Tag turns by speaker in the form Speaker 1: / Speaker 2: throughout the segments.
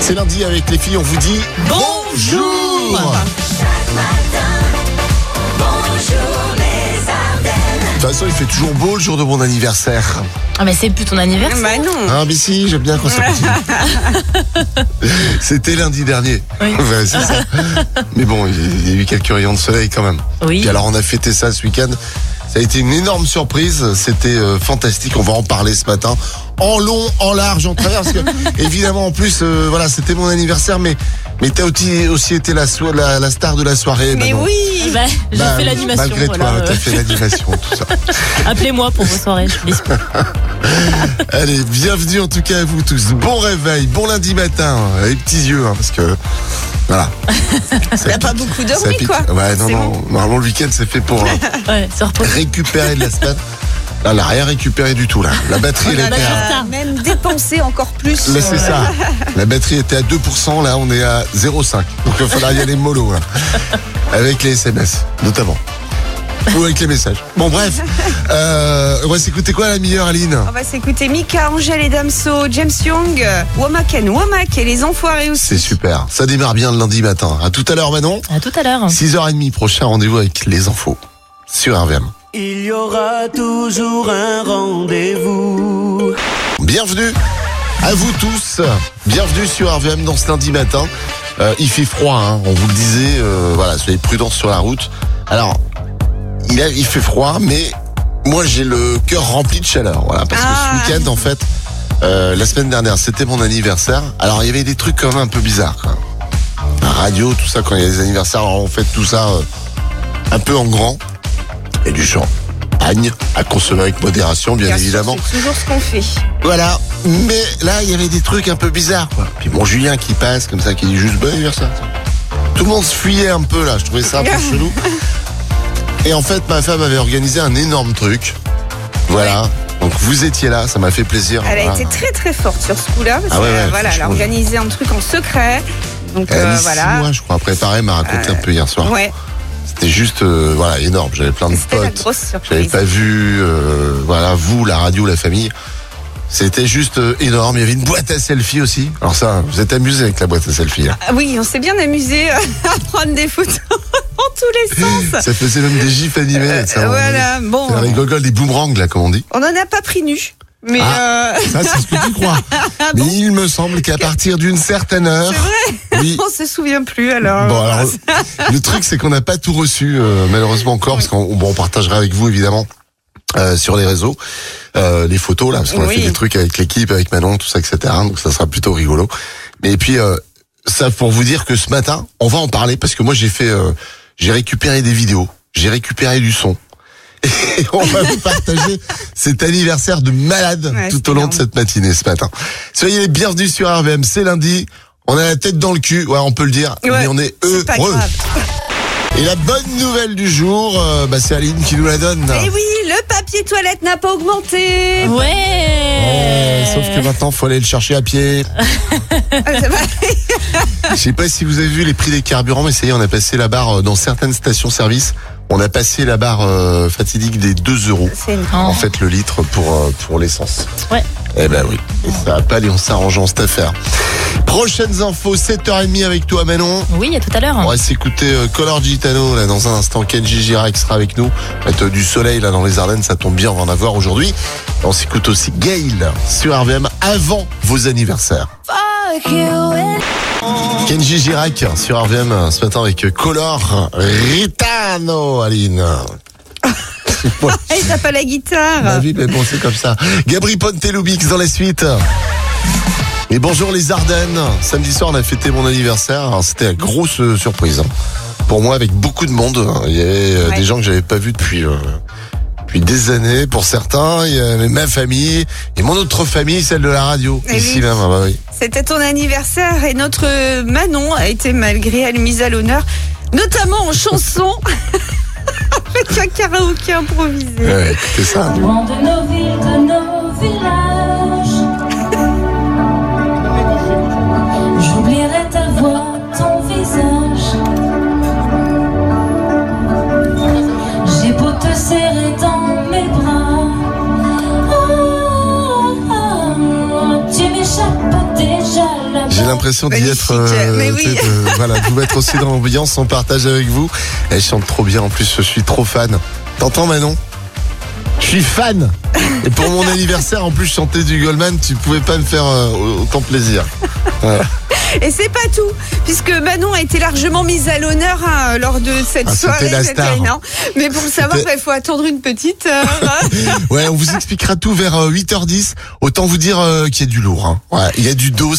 Speaker 1: C'est lundi avec les filles, on vous dit bonjour De toute façon, il fait toujours beau le jour de mon anniversaire.
Speaker 2: Ah, mais c'est plus ton anniversaire.
Speaker 3: Bah non.
Speaker 1: Ah, mais si, j'aime bien quand c'est petit. C'était lundi dernier.
Speaker 2: Oui.
Speaker 1: Ouais, c'est ça. Mais bon, il y a eu quelques rayons de soleil quand même.
Speaker 2: Oui.
Speaker 1: Puis alors, on a fêté ça ce week-end. Ça a été une énorme surprise. C'était euh, fantastique. On va en parler ce matin. En long, en large, en travers. Parce que, évidemment, en plus, euh, voilà, c'était mon anniversaire, mais, mais t'as aussi, aussi été la, so- la, la star de la soirée.
Speaker 3: Mais
Speaker 1: Manon.
Speaker 3: oui.
Speaker 2: Bah, j'ai
Speaker 1: Bah,
Speaker 2: fait l'animation.
Speaker 1: Malgré
Speaker 2: voilà,
Speaker 1: toi,
Speaker 2: euh,
Speaker 1: t'as fait l'animation, tout ça.
Speaker 2: Appelez-moi pour vos soirées, je suis dispo.
Speaker 1: Allez, bienvenue en tout cas à vous tous. Bon réveil, bon lundi matin. euh, Et petits yeux, hein, parce que. Voilà. Ça
Speaker 3: Il a
Speaker 1: pique,
Speaker 3: pas beaucoup
Speaker 1: ça
Speaker 3: dormi
Speaker 1: pique.
Speaker 3: quoi.
Speaker 1: Ouais, non,
Speaker 3: C'est
Speaker 1: non. Normalement, le week-end, c'est fait pour euh,
Speaker 2: Ouais, se reposer.
Speaker 1: récupérer de la semaine. Là, elle n'a rien récupéré du tout, là. La batterie, elle
Speaker 3: On a
Speaker 1: était à.
Speaker 2: retard.
Speaker 3: même dépensé encore plus.
Speaker 1: Là, c'est ça. La batterie était à 2%, là, on est à 0,5. Donc, il faudra y aller mollo, là. Avec les SMS, notamment. Ou avec les messages. Bon, bref. Euh, on va s'écouter quoi, la meilleure, Aline
Speaker 3: On va s'écouter Mika, Angèle et Damso, James Young, euh, Womack and Womack et les enfoirés aussi.
Speaker 1: C'est super. Ça démarre bien le lundi matin. À tout à l'heure, Manon.
Speaker 2: À tout à l'heure.
Speaker 1: 6h30, prochain rendez-vous avec les infos sur RVM.
Speaker 4: Il y aura toujours un rendez-vous.
Speaker 1: Bienvenue à vous tous. Bienvenue sur RVM dans ce lundi matin. Euh, il fait froid, hein. on vous le disait. euh, voilà, soyez prudents sur la route. Alors, il, a- il fait froid, mais moi j'ai le cœur rempli de chaleur. Voilà, parce
Speaker 3: Ah.
Speaker 1: que ce week-end, en fait, euh, la semaine dernière, c'était mon anniversaire. Alors, il y avait des trucs quand même un peu bizarres. quoi. La radio, tout ça, quand il y a des anniversaires, on fait tout ça euh, un peu en grand. Et du chant. Agne, à consommer avec modération, bien
Speaker 3: sûr,
Speaker 1: évidemment.
Speaker 3: C'est toujours ce qu'on fait.
Speaker 1: Voilà. Mais là, il y avait des trucs un peu bizarres, quoi. Puis bon, Julien qui passe comme ça, qui dit juste bon anniversaire. Tout le monde se fuyait un peu là. Je trouvais ça un peu chelou. Et en fait, ma femme avait organisé un énorme truc. Voilà. Donc vous étiez là, ça m'a fait plaisir.
Speaker 3: Elle a
Speaker 1: Voilà.
Speaker 3: été très très forte sur ce coup-là. Parce
Speaker 1: Ah ouais,
Speaker 3: que,
Speaker 1: ouais,
Speaker 3: voilà, elle a
Speaker 1: franchement,
Speaker 3: organisé un truc en secret. Donc
Speaker 1: Elle a
Speaker 3: euh,
Speaker 1: mis six
Speaker 3: voilà.
Speaker 1: mois, je crois, à préparer, m'a raconté un peu hier soir.
Speaker 3: Ouais,
Speaker 1: C'était juste, euh, voilà, énorme. J'avais plein de
Speaker 3: c'était la
Speaker 1: potes.
Speaker 3: grosse
Speaker 1: Je l'avais
Speaker 3: surprise.
Speaker 1: pas vu, euh, voilà, vous, la radio, la famille. C'était juste euh, énorme. Il y avait une boîte à selfie aussi. Alors ça, vous êtes amusé avec la boîte à selfie. là.
Speaker 3: Ah Oui, on s'est bien amusé euh, à prendre des photos en tous les sens.
Speaker 1: Ça faisait même des gifs animés. ça, on-
Speaker 3: voilà, bon.
Speaker 1: C'est les gogoles, des boomerangs, là, comme on dit.
Speaker 3: On n'en a pas pris nu. Mais euh,
Speaker 1: Ça, c'est ce que tu crois. Mais il me semble qu'à partir d'une certaine heure. Oui.
Speaker 3: on se souvient plus alors.
Speaker 1: Bon, alors, le truc, c'est qu'on n'a pas tout reçu, euh, malheureusement encore, parce qu'on bon, on partagera avec vous, évidemment, euh, sur les réseaux, euh, les photos, là, parce qu'on a
Speaker 3: Oui.
Speaker 1: fait des trucs avec l'équipe, avec Manon, tout ça, etc. Donc, ça sera plutôt rigolo. Mais puis, euh, ça, pour vous dire que ce matin, on va en parler, parce que moi, j'ai fait, euh, j'ai récupéré des vidéos, j'ai récupéré du son. Et on va vous partager cet anniversaire de malade
Speaker 3: Ouais,
Speaker 1: tout
Speaker 3: c'est
Speaker 1: au long de
Speaker 3: énorme.
Speaker 1: cette matinée ce matin. Soyez les bienvenus sur RVM, c'est lundi. On a la tête dans le cul, ouais, on peut le dire,
Speaker 3: Ouais,
Speaker 1: mais on est
Speaker 3: c'est pas
Speaker 1: heureux.
Speaker 3: grave.
Speaker 1: Et la bonne nouvelle du jour, euh, bah, c'est Aline qui nous la donne.
Speaker 3: Et oui, le papier toilette n'a pas augmenté.
Speaker 2: Ouais.
Speaker 1: Ouais, Oh, sauf que maintenant, faut aller le chercher à pied.
Speaker 3: Ah, ça va.
Speaker 1: Je sais pas si vous avez vu les prix des carburants, mais ça y est, on a passé la barre euh, dans certaines stations-service. On a passé la barre euh, fatidique des 2 euros.
Speaker 3: C'est une-
Speaker 1: En fait, le litre pour, euh, pour l'essence.
Speaker 2: Ouais.
Speaker 1: Eh ben oui. Et ça va pas aller en s'arrangeant cette affaire. Prochaines infos, 7h30 avec toi, Manon.
Speaker 2: Oui, à tout à l'heure.
Speaker 1: On va s'écouter euh, Color Gitano là dans un instant. Kenji Girac sera avec nous. Mettre euh, du soleil là dans les Ardennes, ça tombe bien, on va en avoir aujourd'hui. On s'écoute aussi Gail sur RVM avant vos anniversaires. Kenji Girac sur RVM euh, ce matin avec Color Ritano, Aline.
Speaker 3: Eh, t'as pas la guitare.
Speaker 1: Ma vie, mais bon, c'est comme ça. Gabri Ponteloubix dans la suite. Et bonjour les Ardennes. Samedi soir, on a fêté mon anniversaire. Alors, C'était une grosse euh, surprise. hein. Pour moi, avec beaucoup de monde. Il y avait euh,
Speaker 3: Ouais.
Speaker 1: des gens que j'avais pas vus depuis, euh, depuis des années, pour certains. Il y avait ma famille et mon autre famille, celle de la radio.
Speaker 3: Eh
Speaker 1: ici
Speaker 3: oui.
Speaker 1: même, ah bah oui.
Speaker 3: C'était ton anniversaire et notre Manon a été malgré elle mise à l'honneur, notamment en chanson, avec un karaoké improvisé.
Speaker 1: Ouais, écoutez ça.
Speaker 5: Loin de nos villes, de nos villages. J'oublierai ta voix, ton visage. J'ai beau te serrer dans mes bras. Ah, ah, ah, tu m'échappes déjà.
Speaker 1: J'ai l'impression d'y
Speaker 3: Magnifique,
Speaker 1: être, euh,
Speaker 3: mais
Speaker 1: tu sais,
Speaker 3: oui.
Speaker 1: de, voilà, de vous mettre aussi dans l'ambiance, on partage avec vous. Elle chante trop bien, en plus je suis trop fan. T'entends Manon Je suis fan Et pour mon anniversaire, en plus chanter du Goldman, tu pouvais pas me faire euh, autant plaisir.
Speaker 3: Et c'est pas tout, puisque Manon a été largement mise à l'honneur hein, lors de cette
Speaker 1: Ah, c'était
Speaker 3: soirée.
Speaker 1: la
Speaker 3: c'était
Speaker 1: star.
Speaker 3: énorme. Mais pour le savoir, bah, il
Speaker 1: C'était-
Speaker 3: faut attendre une petite heure. hein.
Speaker 1: Ouais, on vous expliquera tout vers euh, 8h10. Autant vous dire euh, qu'il y a du lourd. hein. Ouais, il y a du dos.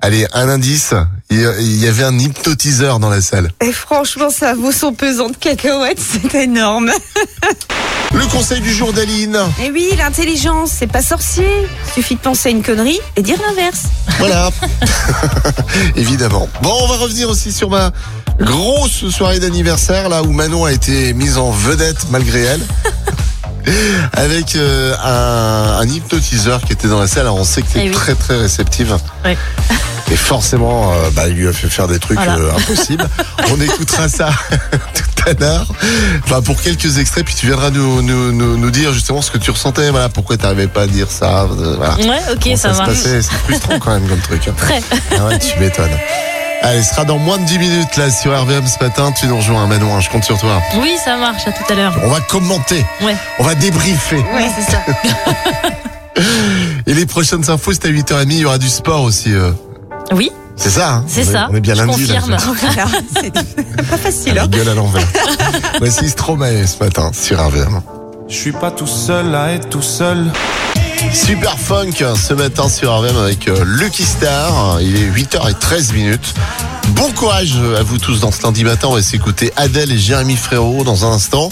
Speaker 1: Allez, un indice. Il y a- il y avait un hypnotiseur dans la salle.
Speaker 3: Et franchement, ça vaut son pesant de cacahuètes, c'est énorme.
Speaker 1: Le conseil du jour d'Aline.
Speaker 3: Et Eh oui, l'intelligence, c'est pas sorcier. Suffit de penser à une connerie et dire l'inverse.
Speaker 1: Voilà. Évidemment. Bon, on va revenir aussi sur ma grosse soirée d'anniversaire, là où Manon a été mise en vedette malgré elle. Avec euh, un, un hypnotiseur qui était dans la salle, Alors, on sait que t'es
Speaker 2: Eh oui.
Speaker 1: très très réceptive.
Speaker 2: Ouais.
Speaker 1: Et forcément, euh, bah, il lui a fait faire des trucs
Speaker 2: Voilà.
Speaker 1: euh, impossibles. on écoutera ça tout à l'heure. Enfin, pour quelques extraits, puis tu viendras nous, nous, nous- nous dire justement ce que tu ressentais. Voilà, pourquoi t'arrivais pas à dire ça. euh, Voilà.
Speaker 2: Ouais, ok,
Speaker 1: Comment
Speaker 2: ça,
Speaker 1: se
Speaker 2: va.
Speaker 1: passait C'est frustrant quand même comme truc. hein.
Speaker 2: Très.
Speaker 1: Ah ouais, tu m'étonnes. Allez, ce sera dans moins de 10 minutes là sur RVM ce matin. Tu nous rejoins, Manon, hein, je compte sur toi.
Speaker 2: Oui, ça marche, à tout à l'heure.
Speaker 1: On va commenter,
Speaker 2: Ouais,
Speaker 1: on va débriefer.
Speaker 2: ouais, c'est ça.
Speaker 1: Et les prochaines infos, c'est à 8h30, il y aura du sport aussi. euh.
Speaker 2: Oui,
Speaker 1: C'est ça, hein
Speaker 2: c'est
Speaker 1: On est-
Speaker 2: ça.
Speaker 1: On est bien
Speaker 2: je
Speaker 1: lundi
Speaker 2: confirme.
Speaker 1: là.
Speaker 3: Voilà, c'est pas facile.
Speaker 1: La
Speaker 3: hein.
Speaker 1: gueule à l'envers. Voici Stromae ce matin sur RVM.
Speaker 6: Je suis pas tout seul à être tout seul.
Speaker 1: Super Funk hein, ce matin sur RVM avec euh, Lucky Star. Il est 8h13 minutes. Bon courage à vous tous dans ce lundi matin. On va s'écouter Adèle et Jérémy Frérot dans un instant.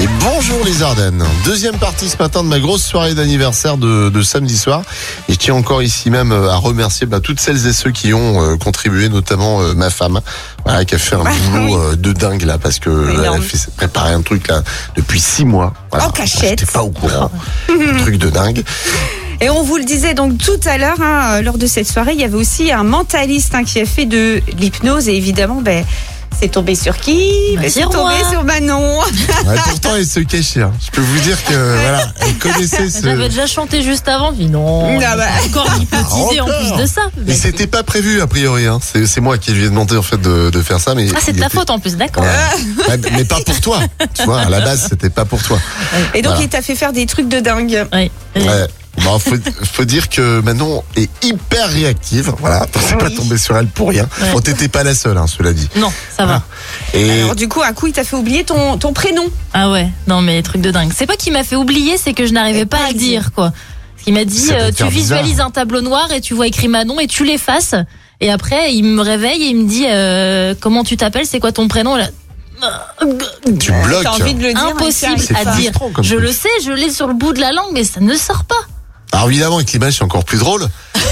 Speaker 1: Et bonjour les Ardennes. Deuxième partie ce matin de ma grosse soirée d'anniversaire de, de samedi soir. Et je tiens encore ici même euh, à remercier bah, toutes celles et ceux qui ont euh, contribué, notamment euh, ma femme, voilà, qui a fait un
Speaker 3: Ah
Speaker 1: boulot euh, de dingue là, parce que euh, elle a
Speaker 3: Énorme.
Speaker 1: fait préparer un truc là depuis six mois. Voilà.
Speaker 3: En cachette.
Speaker 1: J'étais pas au courant. un truc de dingue.
Speaker 3: Et on vous le disait donc tout à l'heure, hein, lors de cette soirée, il y avait aussi un mentaliste hein, qui a fait de l'hypnose. Et évidemment, ben, c'est tombé sur qui
Speaker 2: Bah,
Speaker 3: Ben, C'est
Speaker 2: sur
Speaker 3: tombé
Speaker 2: moi.
Speaker 3: sur Manon.
Speaker 1: Ouais, pourtant, elle se cachait. hein. Je peux vous dire que voilà, elle connaissait
Speaker 2: J'avais
Speaker 1: ce.
Speaker 2: déjà chanté juste avant, mais non.
Speaker 3: Non,
Speaker 2: j'ai
Speaker 3: bah.
Speaker 2: Encore hypnotisé en
Speaker 1: Encore.
Speaker 2: plus de ça.
Speaker 1: Mais c'était pas prévu a priori. Hein. C'est c'est moi qui lui ai demandé en fait de, de faire ça, mais
Speaker 2: Ah, c'est de
Speaker 1: il
Speaker 2: ta
Speaker 1: était-
Speaker 2: faute Ah. en plus, d'accord.
Speaker 1: Ouais. Ouais, mais pas pour toi. Tu vois, à la base, c'était pas pour toi.
Speaker 3: Et donc,
Speaker 1: Voilà.
Speaker 3: il t'a fait faire des trucs de dingue.
Speaker 2: Ouais.
Speaker 1: Ouais. Bon, faut, faut dire que Manon est hyper réactive. Voilà, t'es pas
Speaker 3: Oui.
Speaker 1: tombé sur elle pour rien.
Speaker 2: Ah Ouais.
Speaker 1: On t'était pas la seule, hein, cela dit.
Speaker 2: Non, ça va.
Speaker 1: Et
Speaker 3: Alors, du coup, un coup, il t'a fait oublier ton, ton prénom.
Speaker 2: Ah ouais, non mais truc de dingue. C'est pas qu'il m'a fait oublier, c'est que je n'arrivais
Speaker 3: Mais
Speaker 2: pas
Speaker 3: pas
Speaker 2: à le
Speaker 3: le
Speaker 2: dire quoi. Parce qu'il m'a dit
Speaker 1: Ça doit
Speaker 2: euh,
Speaker 1: te
Speaker 2: tu
Speaker 1: faire bizarre.
Speaker 2: visualises un tableau noir et tu vois écrit Manon et tu l'effaces. Et après il me réveille et il me dit euh, comment tu t'appelles, c'est quoi ton prénom Là,
Speaker 1: tu bloques.
Speaker 3: T'as envie de le dire.
Speaker 2: Impossible
Speaker 3: mais
Speaker 1: C'est
Speaker 3: tu
Speaker 2: à
Speaker 3: arrives pas.
Speaker 2: dire.
Speaker 1: frustrant comme
Speaker 2: Je
Speaker 1: truc.
Speaker 2: le sais, je l'ai sur le bout de la langue, mais ça ne sort pas.
Speaker 1: Alors évidemment, avec l'image, c'est encore plus drôle.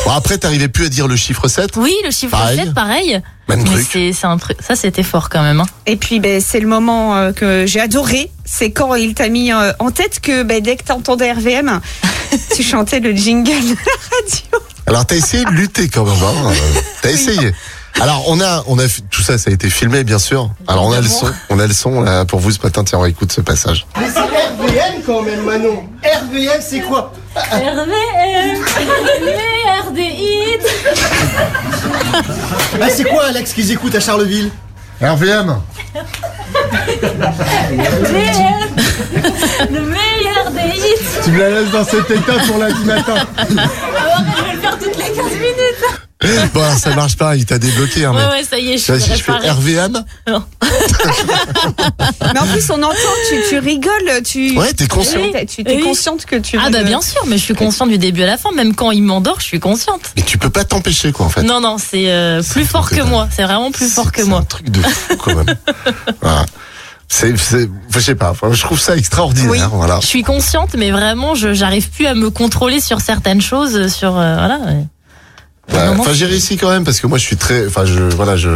Speaker 1: Bon, après, t'arrivais plus à dire le chiffre 7.
Speaker 2: Oui, le chiffre
Speaker 1: Pareil.
Speaker 2: 7, pareil.
Speaker 1: Même
Speaker 2: mais
Speaker 1: truc.
Speaker 2: c'est c'est un truc. Ça c'était fort quand même. hein.
Speaker 3: Et puis ben, c'est le moment euh, que j'ai adoré, c'est quand il t'a mis euh, en tête que ben, dès que t'entendais RVM, tu chantais le jingle de la radio.
Speaker 1: Alors t'as essayé de lutter quand même, hein euh, t'as essayé. Alors on a, on a fi- tout ça, ça a été filmé bien sûr. Alors on a le son, on a le son là pour vous ce matin. Tiens, on écoute ce passage.
Speaker 7: Mais c'est RVM quand même, Manon. RVM, c'est quoi
Speaker 5: RVM, RDI,
Speaker 7: Ah, c'est quoi, Alex, qu'ils écoutent à Charleville
Speaker 1: RVM.
Speaker 5: le meilleur des hits.
Speaker 7: Tu me la laisses dans cet état pour lundi matin.
Speaker 5: Je vais le faire toutes les 15 minutes.
Speaker 1: Bon, alors, ça marche pas, il t'a débloqué. Hein, mais...
Speaker 2: Ouais ouais, ça y est, je
Speaker 1: Tu vois,
Speaker 2: suis
Speaker 1: si je fais
Speaker 2: réparée.
Speaker 1: RVM,
Speaker 3: Mais en plus on entend, tu, tu rigoles, tu
Speaker 1: ouais, t'es conscient.
Speaker 3: tu- tu es
Speaker 2: Oui.
Speaker 3: consciente que tu
Speaker 2: Ah bah
Speaker 3: rigoles.
Speaker 2: bien sûr, mais je suis consciente du début à la fin. Même quand il m'endort, je suis consciente.
Speaker 1: Mais tu peux pas t'empêcher quoi en fait.
Speaker 2: Non, non, c'est euh,
Speaker 1: C'est
Speaker 2: plus fort
Speaker 1: incroyable.
Speaker 2: que moi. C'est vraiment plus fort que
Speaker 1: C'est-
Speaker 2: moi.
Speaker 1: C'est un truc de fou quand même. Voilà. C'est, c'est, enfin, je sais pas. enfin, Je trouve ça extraordinaire.
Speaker 3: Oui.
Speaker 1: Voilà.
Speaker 2: Je suis consciente, mais vraiment, je j'arrive plus à me contrôler sur certaines choses. euh, Sur euh, voilà. ouais.
Speaker 1: Ouais,
Speaker 2: Non, non,
Speaker 1: Enfin, j'ai réussi quand même parce que moi, je suis très. Enfin, je voilà, je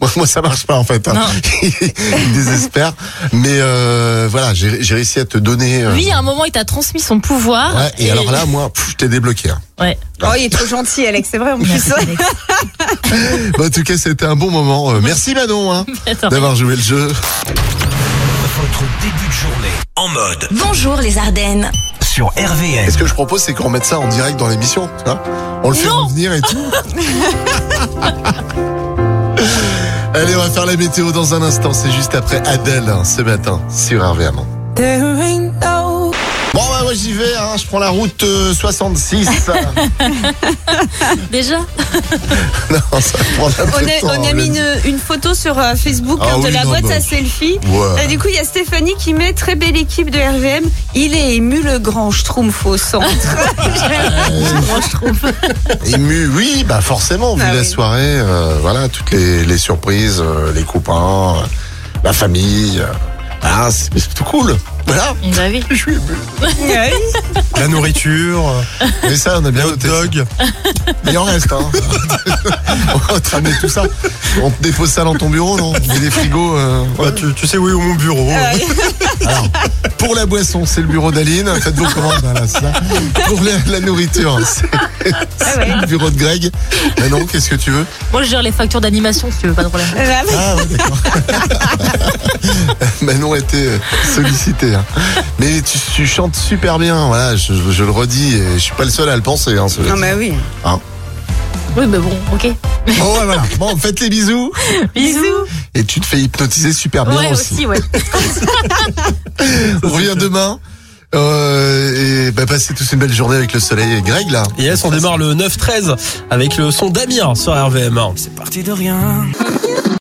Speaker 1: moi, moi ça marche pas en fait. Hein.
Speaker 2: Non.
Speaker 1: Il désespère. Mais euh, voilà, j'ai j'ai réussi à te donner. euh,
Speaker 2: Lui, à un moment, il t'a transmis son pouvoir.
Speaker 1: ouais, et, alors là, moi, pff, je t'ai débloqué. hein.
Speaker 2: ouais.
Speaker 3: Oh, il est trop gentil Alex, c'est vrai en plus.
Speaker 2: Merci, Alex.
Speaker 1: Bon, en tout cas, c'était un bon moment. Euh, merci Manon hein,
Speaker 2: Attends.
Speaker 1: d'avoir joué le jeu.
Speaker 8: Votre début de journée en mode
Speaker 9: Bonjour les Ardennes.
Speaker 8: sur RVM.
Speaker 1: Et ce que je propose, c'est qu'on remette ça en direct dans l'émission. tu vois. On le fait
Speaker 2: Non.
Speaker 1: revenir et tout. Allez, on va faire la météo dans un instant. C'est juste après Adèle, hein, ce matin, sur RVM. Bon, bah, moi, j'y vais. hein. Je prends la route euh, 66.
Speaker 2: Déjà
Speaker 1: non, ça prend un
Speaker 3: On
Speaker 1: peu de
Speaker 3: a,
Speaker 1: temps,
Speaker 3: on a
Speaker 1: hein,
Speaker 3: mis
Speaker 1: le-
Speaker 3: une, une photo sur euh, Facebook
Speaker 1: Ah
Speaker 3: hein, de
Speaker 1: oui,
Speaker 3: la
Speaker 1: non,
Speaker 3: boîte
Speaker 1: bah,
Speaker 3: à selfie.
Speaker 1: Ouais.
Speaker 3: Et du coup, il y a Stéphanie qui met très belle équipe de RVM. Il est ému le grand schtroumpf au centre.
Speaker 1: Ému, oui, bah forcément, vu
Speaker 3: Ah
Speaker 1: la
Speaker 3: oui.
Speaker 1: soirée, euh, voilà, toutes les, les surprises, euh, les copains, euh, la famille. euh, ah, c'est c'est tout cool. Voilà.
Speaker 2: Bah oui.
Speaker 1: Je suis ému.
Speaker 3: Ouais.
Speaker 9: La nourriture,
Speaker 1: Mais ça, on a bien
Speaker 9: les hot
Speaker 1: noté.
Speaker 9: dogs.
Speaker 1: Il en reste, hein. on va te ramener tout ça. On te dépose ça dans ton bureau, non Il y a des frigos. euh, ouais.
Speaker 9: Bah, tu, tu sais où est mon bureau
Speaker 1: Pour la boisson, c'est le bureau d'Aline. Faites vos commandes, voilà, c'est ça. Pour la, la nourriture, c'est c'est le bureau de Greg. Mais non, qu'est-ce que tu veux
Speaker 2: Moi, je gère les factures d'animation, si tu veux, pas de problème.
Speaker 1: Ah ouais, d'accord. Manon a été sollicitée. hein. Mais tu, tu chantes super bien, voilà, je, je- je le redis, et je suis pas le seul à le penser. Hein, cela
Speaker 3: Non,
Speaker 1: dit.
Speaker 3: mais oui.
Speaker 2: Oui, mais bon, ok.
Speaker 1: Bon, Oh, ouais, voilà. Bon, faites les bisous.
Speaker 2: Bisous.
Speaker 1: Et tu te fais hypnotiser super bien
Speaker 2: Ouais, aussi, ouais.
Speaker 1: On revient demain. Euh, et bah, passez tous une belle journée avec le soleil et Greg là.
Speaker 9: Yes, on démarre le 9-13 avec le son d'Amir sur RVM.
Speaker 4: C'est parti de rien.